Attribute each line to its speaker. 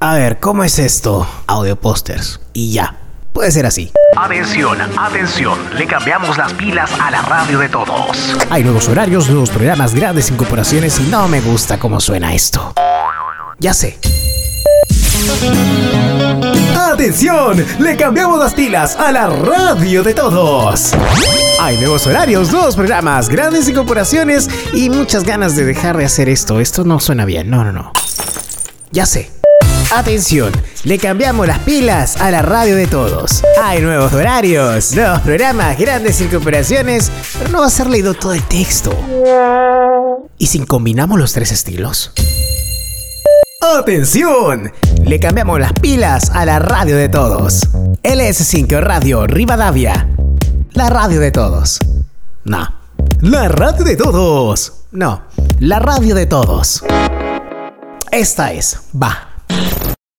Speaker 1: A ver, ¿cómo es esto? Audio posters. Y ya. Puede ser así.
Speaker 2: Atención, atención, le cambiamos las pilas a la radio de todos.
Speaker 1: Hay nuevos horarios, nuevos programas, grandes incorporaciones y no me gusta cómo suena esto. Ya sé.
Speaker 3: ¡Atención! Le cambiamos las pilas a la radio de todos.
Speaker 1: Hay nuevos horarios, nuevos programas, grandes incorporaciones y muchas ganas de dejar de hacer esto. Esto no suena bien. No, no, no. Ya sé. Atención, le cambiamos las pilas a la radio de todos. Hay nuevos horarios, nuevos programas, grandes incorporaciones, pero no va a ser leído todo el texto. ¿Y si combinamos los tres estilos? ¡Atención! Le cambiamos las pilas a la radio de todos. LS5 Radio Rivadavia. La radio de todos. No. La radio de todos. No. La radio de todos. Esta es. Va.